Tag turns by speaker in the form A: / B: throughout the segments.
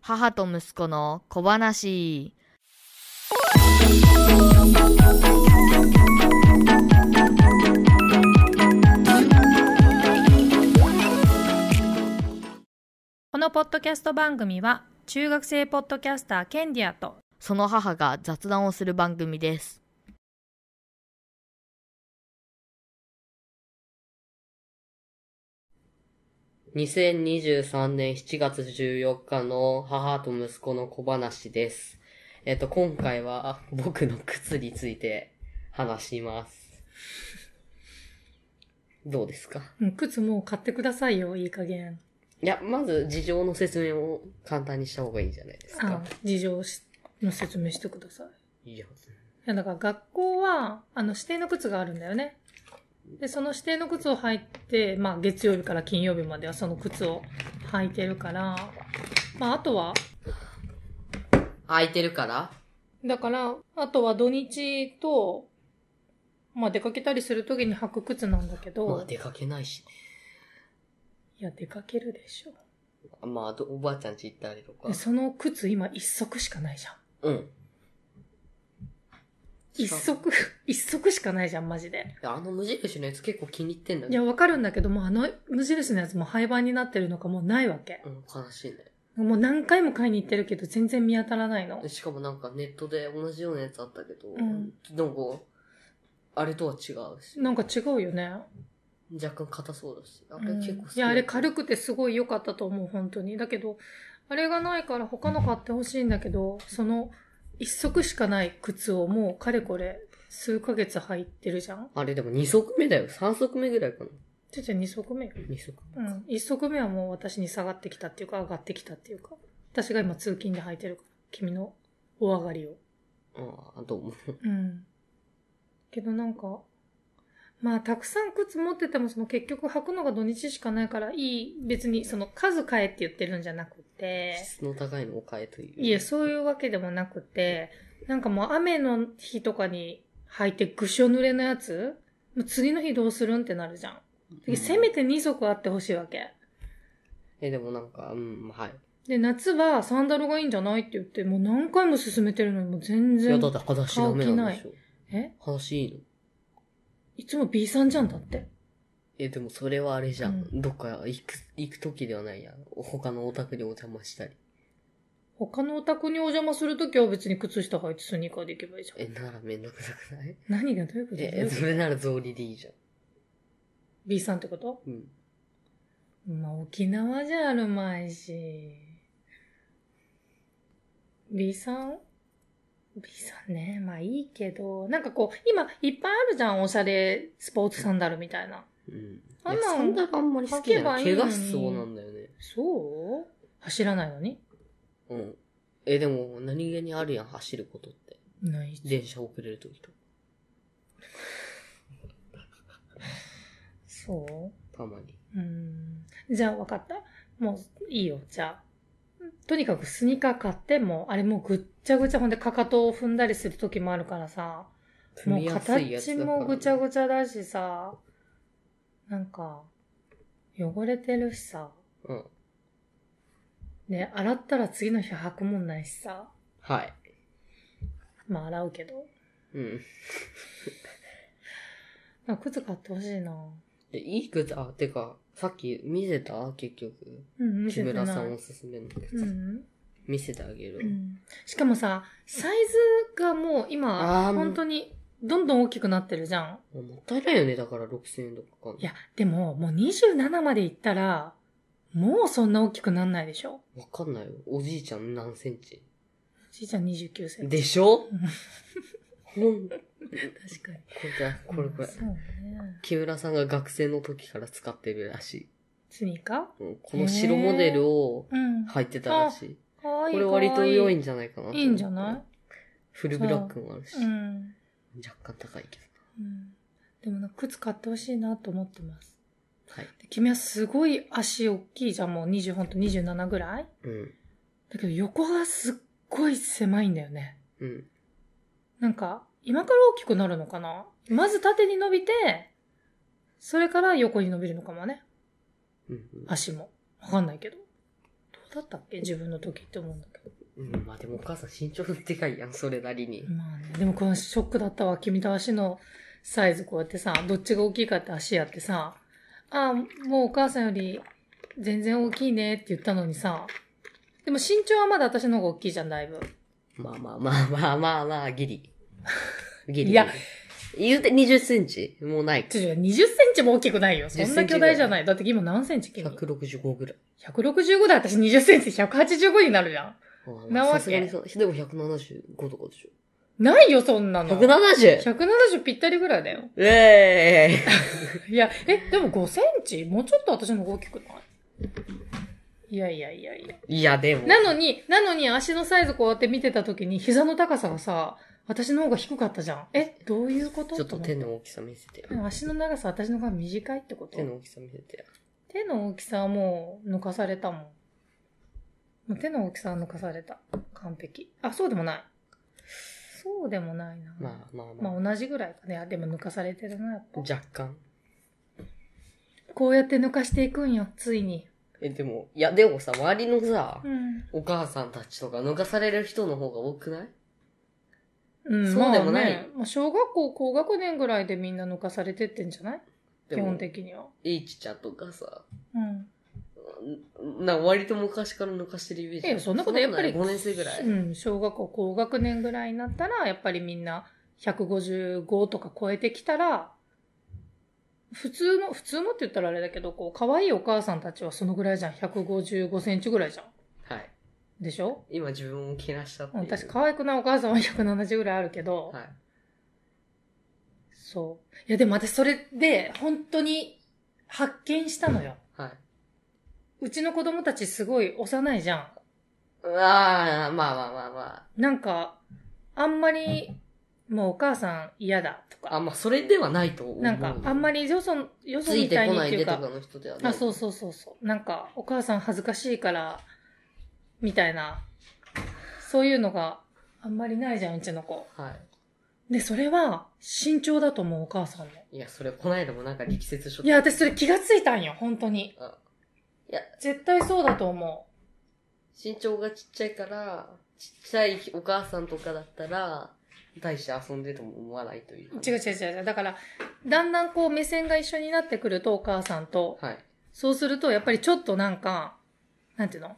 A: 母と息子の小話。
B: このポッドキャスト番組は中学生ポッドキャスターケンディアと
A: その母が雑談をする番組です。
C: 2023年7月14日の母と息子の小話です。えっと、今回は僕の靴について話します。どうですか
B: 靴もう買ってくださいよいい加減
C: いや、まず事情の説明を簡単にした方がいいじゃないです
B: あ
C: か。
B: 事情しの説明してくださいい
C: いや、
B: やだから学校はあの指定の靴があるんだよねでその指定の靴を履いて、まあ、月曜日から金曜日まではその靴を履いてるから、まあ、あとは
C: 空いてるから
B: だからあとは土日と、まあ、出かけたりする時に履く靴なんだけど、
C: まあ出かけないし
B: いや出かけるでしょ
C: ね。まあ、どおばあちゃん家行ったりとか
B: え。その靴今一足しかないじゃん。
C: うん。
B: 一足、 一足しかないじゃん、マジで。
C: いやあの無印のやつ結構気に入ってんだ
B: い
C: ね。
B: や、わかるんだけど、もうあの無印のやつも廃盤になってるのかもうないわけ
C: う。ん、悲しいね。
B: もう何回も買いに行ってるけど、全然見当たらないの。
C: しかもなんかネットで同じようなやつあったけど、
B: ん
C: なんか、あれとは違うし、
B: なんか違うよね。
C: 若干硬そうだし、あ
B: う
C: れ
B: ん
C: 結構好き、
B: いや、あれ軽くてすごい良かったと思う、本当に。だけど、あれがないから他の買ってほしいんだけど、その一足しかない靴をもうかれこれ数ヶ月履いてるじゃん。
C: あれでも2足目だよ。3足目ぐらいかな。
B: ちょちょ、二足目よ。
C: 2足
B: う
C: 目か。
B: ん、一足目はもう私に下がってきたっていうか上がってきたっていうか私が今通勤で履いてるから君のお上がりを
C: ああ、どうも。
B: うんけどなんかまあたくさん靴持っててもその結局履くのが土日しかないからいい別にその数買えって言ってるんじゃなくて
C: 質の高いのを買えという。
B: いえそういうわけでもなくてなんかもう雨の日とかに履いてぐしょ濡れのやつもう次の日どうするんってなるじゃん、
C: うん
B: せめて2足あってほしいわけ
C: え、でもなんか、うん、はい。
B: で、夏はサンダルがいいんじゃないって言って、もう何回も勧めてるのに、もう全
C: いや、
B: 然
C: だっ。て裸足ダメなんでしょ。
B: え
C: 裸足いいの
B: いつも B さんじゃんだって。
C: え、でもそれはあれじゃん。
B: う
C: どっか行く、行く時ではないやん。他のお宅にお邪魔したり。
B: 他のお宅にお邪魔するときは別に靴下履いてスニーカーで行けばいいじゃん。
C: え、ならめんどくさくない
B: 何がどういうこと
C: え、それなら草履でいいじゃ
B: ?B さんってこと
C: ん。うん。
B: まあ、沖縄じゃあるまいし。B さん ?B さんね。まあいいけど、なんかこう、今いっぱいあるじゃん。おしゃれスポーツサンダルみたいな。
C: うん。
B: あん
C: いや
B: な
C: サンダルあんまり好きじゃな
B: 履
C: い。
B: けばいいのに
C: 怪我しそうなんだよね。
B: そう走らないのに
C: うん。え、でも、何気にあるやん、走ることって。
B: ない
C: 電車遅れるときとか、
B: そう
C: たまに。
B: うーんじゃあ分かった。もういいよ、じゃあ。とにかくスニーカー買っても、あれもうぐっちゃぐちゃ、ほんでかかとを踏んだりする時もあるからさ、もう形もぐちゃ
C: ち
B: ぐちゃだしさ、なんか、汚れてるしさ、
C: ゃ。うん。
B: ね、洗ったら次の日履くもんないしさ、
C: はい。
B: まあ洗うけど、
C: うん。
B: なんか靴買ってほしいな
C: で、いい靴、あ、てか、さっき見せた結局。
B: うん、見
C: 木
B: せてな
C: 村
B: い。
C: さんおすすめの靴。
B: うん
C: 見せてあげる。
B: うんしかもさ、サイズがもう
C: あ
B: 今、
C: ー
B: 本当にどんどん大きくなってるじゃん。
C: もったいないよね、だから6000円とかかん
B: いや、でも、もう27までいったら、もうそんな大きくなんないでしょ
C: わかんないよ。おじいちゃん何センチ。
B: じいちゃん29歳。
C: でしょ
B: うん
C: ほん、こ
B: 確かに。
C: れだ、これこれ
B: そ。うね。
C: 木村さんが学生の時から使ってるらしい。
B: スニーカー
C: うんこの白モデルを
B: うん。
C: 履いてたらしい。
B: かわいい。
C: これ割と良い
B: ん
C: んじゃないかなと思って
B: いいんじゃない
C: フルブラックもあるし、
B: うん。
C: 若干高いけど。
B: うんでもなんか靴買ってほしいなと思ってます。
C: はい。
B: で君はすごい足大きいじゃん、もう20、ほんと27ぐらい
C: うん。
B: だけど横がすっごい狭いんだよね。
C: うん。
B: なんか、今から大きくなるのかなまず縦に伸びて、それから横に伸びるのかもね。
C: うん。
B: 足も。わかんないけど。どうだったっけ自分の時って思うんだけど。
C: うん、まあでもお母さん身長でかいやん、それなりに。
B: まあね、でもこのショックだったわ。君と足のサイズこうやってさ、どっちが大きいかって足やってさ、ああ、もうお母さんより全然大きいねって言ったのにさ、でも身長はまだ私の方が大きいじゃん、だいぶ。
C: まあまあまあまあまあまあ、ギ リ。ギリ。
B: いや、
C: 言うて20センチもうない。
B: ちょちょ、20センチも大きくないよ。そんな巨大じゃない。だって今何センチ君
C: 165ぐらい。
B: ?165 で私20センチ185になるじゃ
C: あー
B: なわけ
C: さすがにそう。でも175とかでしょ。
B: ん。ないよ、そんなの。
C: 170!
B: 170ぴったりぐらいだよ。
C: ええ
B: いや、え、でも5センチもうちょっと私の方が大きくないいやいやいやいや。
C: いや、でも。
B: なのに、なのに足のサイズこうやって見てた時に膝の高さがさ、私の方が低かったじゃん。え、どういうこと
C: ちょっと手
B: 思
C: の大きさ見せてよ
B: て。足の長さ私の方が短いってこと
C: 手の大きさ見せてよ
B: 手の大きさはもう抜かされたもん。もう手の大きさは抜かされた。完璧。あ、そうでもない。そうでもないな。
C: まあまあまあ。
B: まあ同じぐらいかね。あでも抜かされてるな、やっぱ。
C: 若干。
B: こうやって抜かしていくんよ、ついに。
C: え、でも、いや、でもさ、周りのさ、
B: うん。
C: お母さんたちとか抜かされる人の方が多くない
B: うん、
C: そうでもない
B: まあねまあ、小学校高学年ぐらいでみんな抜かされてってんじゃない
C: で
B: 基
C: も
B: 本的には。
C: いいちちゃんとかさ、
B: うん。
C: んなんか割と昔から抜かしてるイメージある。
B: ええそんなことやっぱり
C: 5年生ぐらい。
B: うん、小学校高学年ぐらいになったら、やっぱりみんな155とか超えてきたら、普通の、普通のって言ったらあれだけど、こう、可愛いお母さんたちはそのぐらいじゃん。155センチぐらいじゃん。
C: はい。
B: でしょ
C: 今自分を切らしたっていう。
B: 私、可愛くないお母さんは170ぐらいあるけど、
C: はい。
B: そう。いや、でも私それで、本当に発見したのよ。
C: はい。
B: うちの子供たちすごい幼いじゃん。
C: ああ、まあまあまあま
B: なんか、あんまり、もうお母さん嫌だと
C: あ。あ、
B: か、
C: まあそれではないと思う。
B: なんかあんま
C: り
B: りよそ、よそ
C: つい
B: みた
C: て
B: い
C: こ
B: にっ
C: ない
B: てい
C: で
B: う
C: とか
B: か、
C: の人ではない。
B: あ、そうそうそうそう。なんか、お母さん恥ずかしいから、みたいな、そういうのがあんまりないじゃん、うちの子。
C: は
B: で、それは、慎重だと思う、お母さんも。
C: い。いや、それこないだもなんか力説書
B: いや、私それ気がついたんよ、本当に。
C: あいや、
B: 絶対そうだと思
C: 身長がちっちゃいから、ちっちゃいお母さんとかだったら、大して遊んでとも思わないとい
B: う
C: うか。。
B: 違う違う違う。だから、だんだんこう目線が一緒になってくると、お母さんと、
C: はい。
B: そうすると、やっぱりちょっとなんか、なんていうの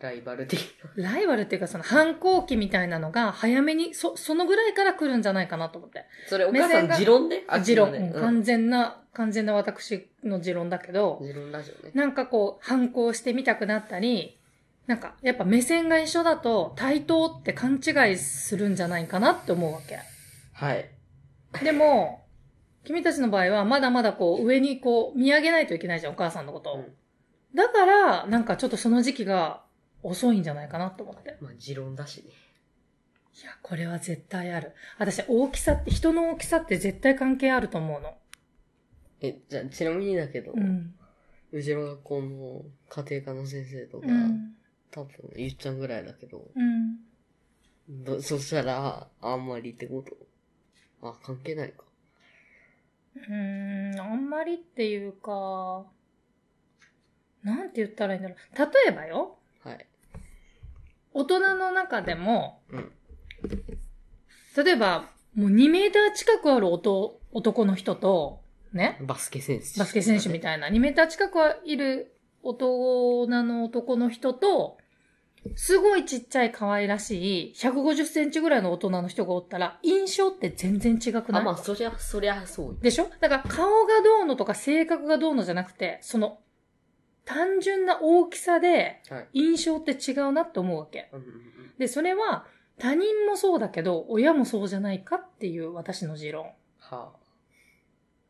C: ライバル的な。
B: ライバルっていうかその反抗期みたいなのが早めに、そ、そのぐらいから来るんじゃないかなと思って。
C: それお母さん
B: 目線が
C: 持論ね
B: 持論。
C: ね。
B: うん
C: うん
B: 完全な、完全な私の持論だけど、
C: 持論ラジオね。
B: なんかこう、反抗してみたくなったり、なんか、やっぱ目線が一緒だと対等って勘違いするんじゃないかなって思うわけ。
C: はい。
B: でも、君たちの場合はまだまだこう上にこう見上げないといけないじゃん、お母さんのことを。
C: うん
B: だから、なんかちょっとその時期が遅いんじゃないかなと思って。
C: まあ持論だしね。
B: いや、これは絶対ある。私、大きさって、人の大きさって絶対関係あると思うの。
C: え、じゃあちなみにだけど、
B: うん。
C: うちの学校の家庭科の先生とか、
B: うん。
C: 多分ゆっちゃんぐらいだけど、
B: うん。
C: どそしたら、あんまりってことあ、関係ないか。
B: うん、あんまりっていうか、なんて言ったらいいんだろう。例えばよ、
C: はい。
B: 大人の中でも、
C: うん。
B: 例えば、もう2メーター近くある男男の人と、ね、
C: バスケ選手。
B: バスケ選手み
C: た
B: たいな、2メーター近くはいる大人の男の人と、すごいちっちゃい可愛らしい、150センチぐらいの大人の人がおったら、印象って全然違くない
C: あ、まあ、そりゃ、そりゃそうよ。
B: でしょだから顔がどうのとか性格がどうのじゃなくて、その、単純な大きさで
C: はい。
B: 印象って違うなって思うわけ。
C: うんうんうん。
B: で、それは他人もそうだけど、親もそうじゃないかっていう私の持論。
C: は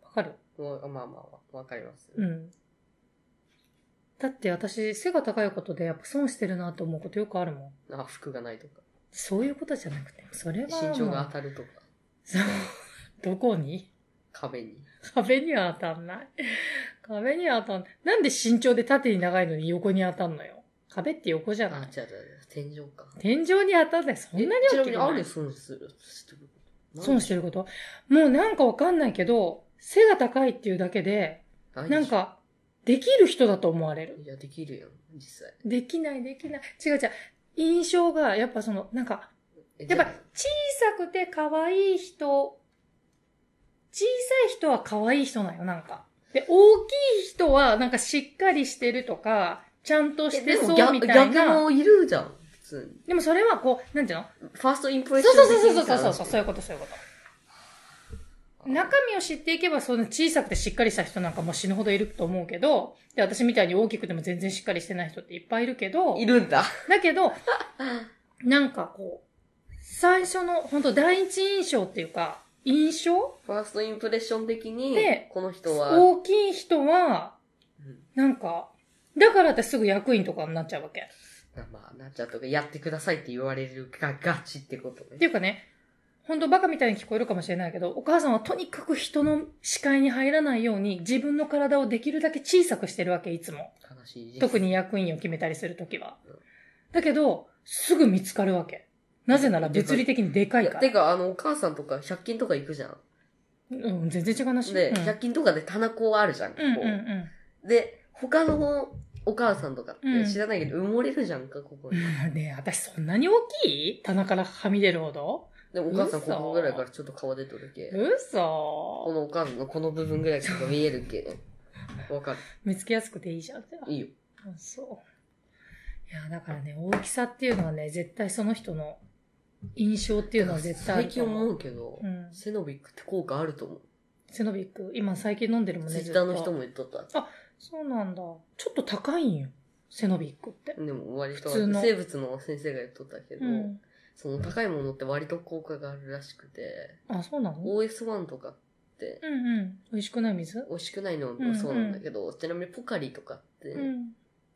B: わかる
C: あ。もうまあまあまあ、わかります。
B: うん。だって私、背が高いことでやっぱ損してるなと思うことよくあるもん。
C: あ、服がないとか。
B: そういうことじゃなくて、それはもう。
C: 身長が当たるとか。
B: そう。どこに
C: 壁に。
B: 壁には当たんない。壁には当たんない。なんで身長で縦に長いのに横に当たんのよ。壁って横じゃ
C: あ、
B: ない。
C: 違う違う違う。天井か。
B: 天井に当たんない。そんなに
C: えちな
B: 大
C: み
B: き
C: に、
B: く
C: あ
B: な
C: れ
B: い。
C: 損する。してる
B: 損してることもうなんかわかんないけど、背が高いっていうだけで、
C: な
B: なん、か、できる人だと思われる。
C: いや、できるよ、実際。
B: できない、できない。違う違う。印象が、やっぱその、なんか、
C: え
B: やっぱ
C: じゃあ
B: 小さくて可愛い人、小さい人は可愛い人なんよ、なんか。で、大きい人は、なんかしっかりしてるとか、ちゃんとし
C: え
B: て
C: で
B: そ
C: も
B: う
C: 逆
B: みたい
C: 逆
B: な。
C: もいるじゃん、普通に。
B: でもそれはこう、なんていうの
C: ファーストインプレ
B: そう
C: ッション
B: そうそうそうそうそうそう、
C: う
B: そういうこと、そういうこと。中身を知っていけば、その小さくてしっかりした人なんかもう死ぬほどいると思うけど、で、私みたいに大きくても全然しっかりしてない人っていっぱいいるけど、
C: いるんだ。
B: だけど、なんかこう、最初の、本当第一印象っていうか、印象
C: ファーストインプレッション的に
B: で、
C: この人は、
B: 大きい人は、
C: うん
B: なんか、だから私すぐ役員とかになっちゃうわけ。
C: まあ、なっちゃうとか、やってくださいって言われるがガチってこと
B: っ
C: ね
B: て。いうかね、本当バカみたいに聞こえるかもしれないけど、お母さんはとにかく人の視界に入らないように自分の体をできるだけ小さくしてるわけ、いつも。
C: 悲しい事実
B: 特。に役員を決めたりするときは
C: うん。
B: だけど、すぐ見つかるわけ。なぜなら物理的にでか
C: い
B: い
C: や
B: か
C: て
B: ら。
C: か、あの、お母さんとか、100均とか行くじゃん。
B: うん、全然違う話。
C: で、
B: うん
C: 100均とかで棚子あるじゃん、こ
B: うんうん
C: こ。
B: うん
C: で、他のお母さんとかって
B: うん
C: 知らないけど、埋もれるじゃんか、ここに。
B: うん。ねえ、私そんなに大きい棚からはみ出るほど
C: でもお母さん
B: 嘘
C: ここぐらいからちょっと顔出とるけ。こ
B: 嘘
C: のお母さんのこの部分ぐらいから見えるけ。わかる。
B: 見つけやすくていいじゃん。じゃあ
C: いいよ。
B: あそう。いや、だからね、大きさっていうのはね、絶対その人の印象っていうのは絶対あ
C: 最
B: ると
C: 近
B: 思う。
C: 思うけど、
B: うん。
C: セノビックって効果あると思う。
B: セノビック、今最近飲んでるもん
C: ツ
B: ね、
C: イッターの
B: ずっ
C: 人
B: と
C: も言っとった。
B: そうなんだ。ちょっと高いんよ、セノビックって。
C: でも割と
B: 普通の
C: 生物の先生が言っとったけど、
B: うん。
C: その高いものって割と効果があるらしくて、
B: あ、そうなのうん
C: OS1 とかって
B: うん。美味しくない水
C: 美味しくないの
B: んう
C: も
B: ん
C: そうなんだけど、ちなみにポカリとかって、
B: うん。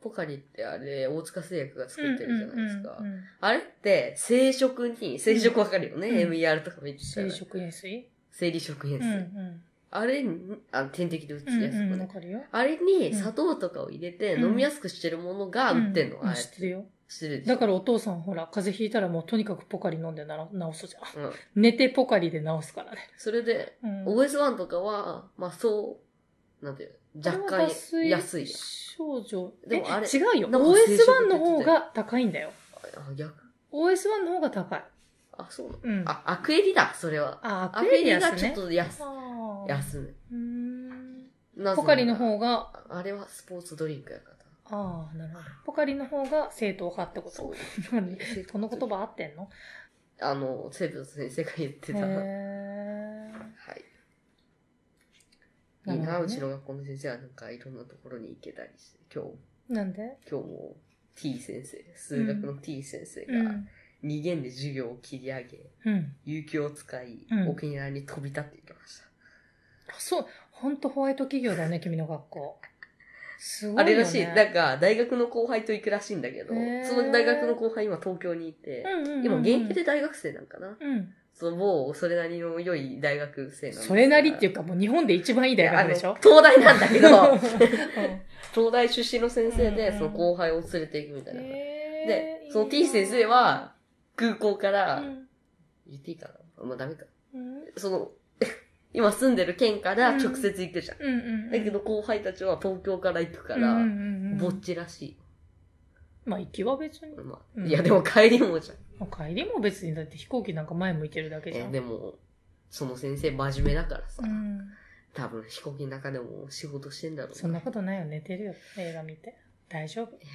C: ポカリってあれ、大塚製薬が作ってるじゃないですか。
B: うんうんうんうん
C: あれって、生殖に、生殖わかるよね、
B: うん
C: MER とかも言ってた
B: 生
C: ら。
B: 殖飲水
C: 生理食塩
B: うん
C: 水。
B: うん。
C: あれに、あ点滴で打つ
B: うん
C: やつとかね。
B: うん、わかるよ。
C: あれに砂糖とかを入れて
B: うん
C: 飲みやすくしてるものが売ってんの、
B: うん
C: あれ。
B: 知ってるよ。
C: 知ってるでしょ
B: だからお父さんほら、風邪ひいたらもうとにかくポカリ飲んでなら治すじゃん。
C: うん。
B: 寝てポカリで治すからね。
C: それで、
B: うん。
C: OS1 とかは、まあそう、なんていうの、若干安いじ
B: 少女。
C: でもあれ
B: え違うよ。
C: なんか生殖
B: OS1 の方が高いんだよ。
C: ゃん。あ、逆
B: OS1 の方が高い。
C: あ、そうなの
B: うん。
C: あ、アクエリだ、それは。
B: あ、
C: アクエリがちょっ
B: ね。
C: と安、
B: あー
C: 安
B: うーん。
C: め。なぜなら
B: ポカリの方が、
C: あれはスポーツドリンクやから。
B: ああ、なるほど。ポカリの方が正統派ってこと。何 この言葉合ってんの
C: あの、生物先生が言って
B: へ
C: た。は
B: え。
C: い。
B: な
C: いい
B: るほ
C: な、
B: どね
C: うちの学校の先生はなんかいろんなところに行けたりして、今日、
B: なんで
C: 今日も T 先生、数学の T 先生
B: う
C: が
B: ん。
C: 二限で授業を切り上げ、
B: うん。
C: 有給を使い
B: うん、
C: 沖縄に飛び立っていきました。
B: あそう、ほんとホワイト企業だね、君の学校。すごいよ、
C: あ
B: ね。
C: れらしい、なんか大学の後輩と行くらしいんだけど、
B: へー
C: その大学の後輩今東京にいて、
B: うんうんうんうん、
C: 今現役で大学生なんかな
B: うん。
C: その某、それなりの良い大学生なんですが
B: それなりっていうか、もう日本で一番いい大学でし
C: あ
B: ょ
C: の東大なんだけど、
B: う
C: 東大出身の先生
B: うんう
C: で、
B: ん
C: その後輩を連れていくみたい
B: ん
C: な。
B: へ
C: で
B: ー、
C: その T 先生は、、空港か
B: う
C: ら、
B: ん
C: 言っていいかなまあダメか。
B: うん
C: その、 今住んでる県から
B: うん
C: 直接行くじゃん。
B: うんうん、
C: だけど後輩たちは東京から行くから、
B: うんうんうん
C: ぼっちらし
B: まあ、行きは別に
C: い。。ま
B: う
C: あ、
B: ん
C: いやでも帰りもじゃん。
B: まあ帰りも別に、だって飛行機なんか前向いてるだけじゃ
C: え、
B: ん。
C: でも、その先生真面目だからさ
B: う、ん、
C: 多分飛行機の中でも仕事してんだろう
B: そんなことないよ、寝てるよ、映画見て。大丈夫。
C: えー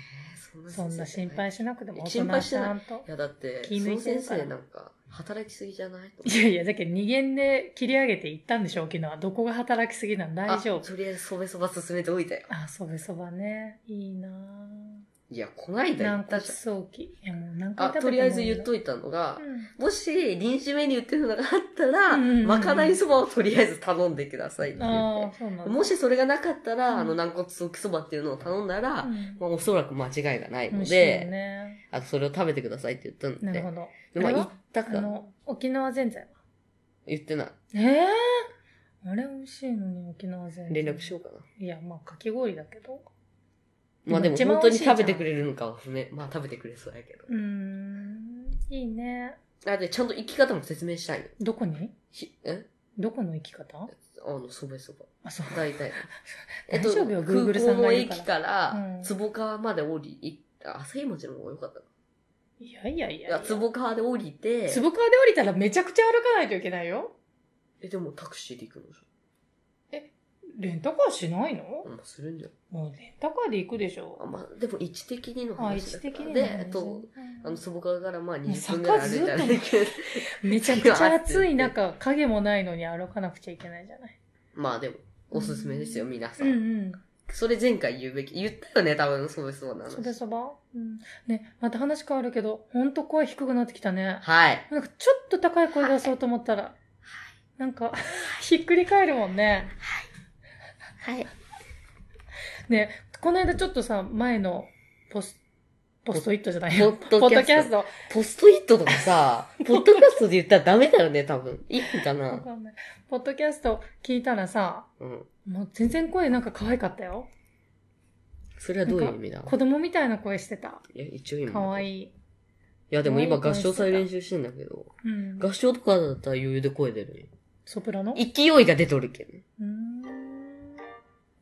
B: そんな心配しなくても、大
C: 心
B: 人
C: 配して
B: ち
C: ない
B: ゃんと
C: い。やだって、
B: 気
C: そ
B: 抜
C: の
B: いて
C: 先
B: るから
C: 生なんか、働きすぎじゃないと思
B: いやいや、だけど二限で切り上げて行ったんでしょ、沖縄。どこが働きすぎなの
C: う
B: 大丈
C: あ
B: 夫。
C: とりあえず、そべそば進めておいたよ。
B: あ、そべそばね。いいなぁ。
C: いや、こないだ言
B: 軟
C: った
B: 骨
C: じ
B: 早期。いやもう何
C: ゃん。
B: 回
C: あ、
B: 食べても
C: とりあえず言っ
B: い
C: といたのが
B: い、よ
C: もし、臨時メニューっていうのがあったら、
B: うんうんうん
C: まかないそばをとりあえず頼んでくださいって
B: うん、
C: 言っ
B: ああ、そうなんだ。
C: て。もしそれがなかったら、
B: うん
C: あの、軟骨ソーキそばっていうのを頼んだら、
B: うん、
C: まあ、おそらく間違いがない
B: 美
C: の
B: 味しいよ
C: で、
B: ね。
C: あと、それを食べてくださいって言ったんで。
B: なるほど。
C: で
B: あ
C: まあ、
B: れは
C: 言った
B: あ
C: か、
B: の、沖縄ぜんざいは。
C: 言ってない。
B: ええあれ美味しいのに沖縄ぜんざい。
C: 連絡しようかな。
B: う。いや、まあかき氷だけど。
C: まあでも
B: 一番
C: 本当
B: 美
C: に
B: 味しいじゃん
C: 食べてくれるのかは不明。まあ食べてくれそうやけど。
B: うーん、いいね。
C: あ、で、ちゃんと生き方も説明したいよ。
B: どこに
C: ひ、え
B: どこの行き方
C: あの、そばそば。
B: あ、そう。
C: 大体。
B: 大丈夫よ Google さん
C: 空港の
B: がいる
C: 駅
B: から
C: から
B: うん、
C: 坪川まで降り、い浅井町の方が良かったか
B: いやいやい
C: な。いや、
B: や。
C: 坪川で降りて、
B: 坪川で降りたらめちゃくちゃ歩かないといけないよ。
C: え、でもタクシーで行くのじ
B: レンタカーしないの
C: ゃん。あまあ、するんじゃん。
B: もうレンタカーで行くでし
C: あ
B: ょ。
C: まあ、でも位置的にの
B: あ、位
C: 話
B: 置
C: だか
B: 的
C: ら。
B: に
C: で、
B: ね
C: えっと、あ
B: う
C: の、
B: ん
C: 坪川からまあ
B: もう
C: 20
B: 坂
C: 分ぐらい歩いたらいいけど。
B: めちゃくちゃ暑い中、影もないのに歩かなくちゃいけないじゃない。
C: まあでも、おすすめですよ、
B: うん
C: 皆さ。
B: うんん
C: それ前回言うべき。言ったよね、多分、そばそばな
B: うん。
C: の。
B: そばそばうん。ね、また話変わるけど、ほんと声低くなってきたね。
C: はい。
B: なんかちょっと高い声出そうと思ったら、なんか、 ひっくり返るもんね。
C: はい。
B: ね、この間ちょっとさ、前のポス、ポストイットじゃない
C: ポ
B: よ。
C: ッ
B: ポ
C: ド
B: ッ
C: キ
B: ド
C: ャ
B: キャ
C: ス
B: ス
C: ト。
B: ト。
C: ポストイットと かさ、ポッドキャストで言ったらダメだよね、多分。いいか
B: わ
C: な。
B: かんない。ポッドキャスト聞いたらさ、
C: うん。
B: もう全然声なんか可愛かったよ。
C: それはどういう意味だ
B: 子供みたいな声してた。
C: いや、一応今。
B: 可愛
C: い。
B: いい。
C: いや、でも今
B: 可愛
C: 合
B: い
C: 唱祭練習してんだけど、
B: うん。
C: 合唱とかだったら余裕で声出るよ。
B: ソプラノ
C: 勢いが出とるけん。
B: うーん。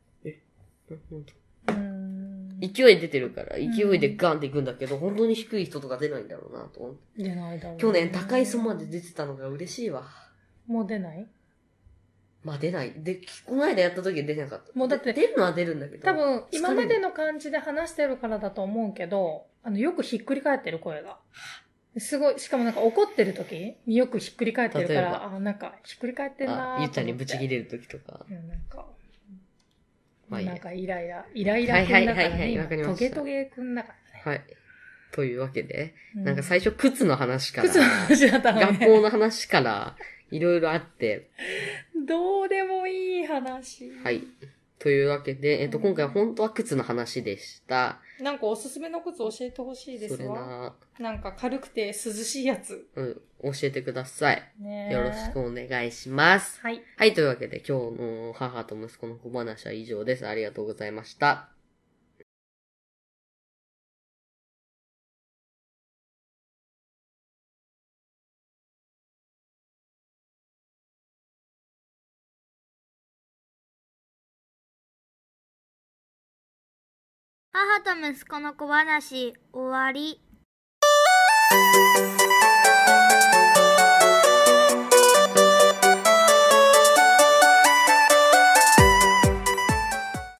C: ななんと
B: うーん。
C: 勢い出てるから、勢いでガンっていくんだけど、本当に低い人とか出ないんだろうなと思って。
B: 出ないだろうね
C: 去年高い層まで出てたのが嬉しいわ。
B: もう出ない
C: まあ出ない。で、この間やった時は出なかった。
B: もうだって
C: で出るのは出るんだけど。
B: 多分、今ま
C: 疲れ
B: で
C: る
B: の感じで話してるからだと思うけど、あの、よくひっくり返ってる声が。すごい、しかもなんか怒ってる時によくひっくり返ってるか
C: 例え
B: ら、あ、なんかひっくり返ってんなー
C: あ、ゆうちゃんにブチ切
B: れ。
C: れる時とか
B: い。や、なんか、
C: まあいいや
B: なんかイライラ、イライラくんだから
C: はいはいはいはいわかり
B: ね、
C: ま
B: ト
C: した
B: ゲトゲくんだからね。
C: はい。というわけで、
B: う
C: なんか最初靴の話から、
B: 靴の話だったの
C: 学
B: ね。
C: 校の話から、いろいろあって、
B: どうでもいい話。
C: はい。というわけで、えっと、
B: うん
C: 今回本当は靴の話でした。
B: なんかおすすめの靴教えてほしいです
C: それ
B: わ。
C: な、
B: なんか軽くて涼しいやつ。
C: うん、教えてください。
B: ね
C: よろしくお願いします。
B: はい。
C: はい、というわけで今日の母と息子の小話は以上です。ありがとうございました。
D: 母と息子の小話終わり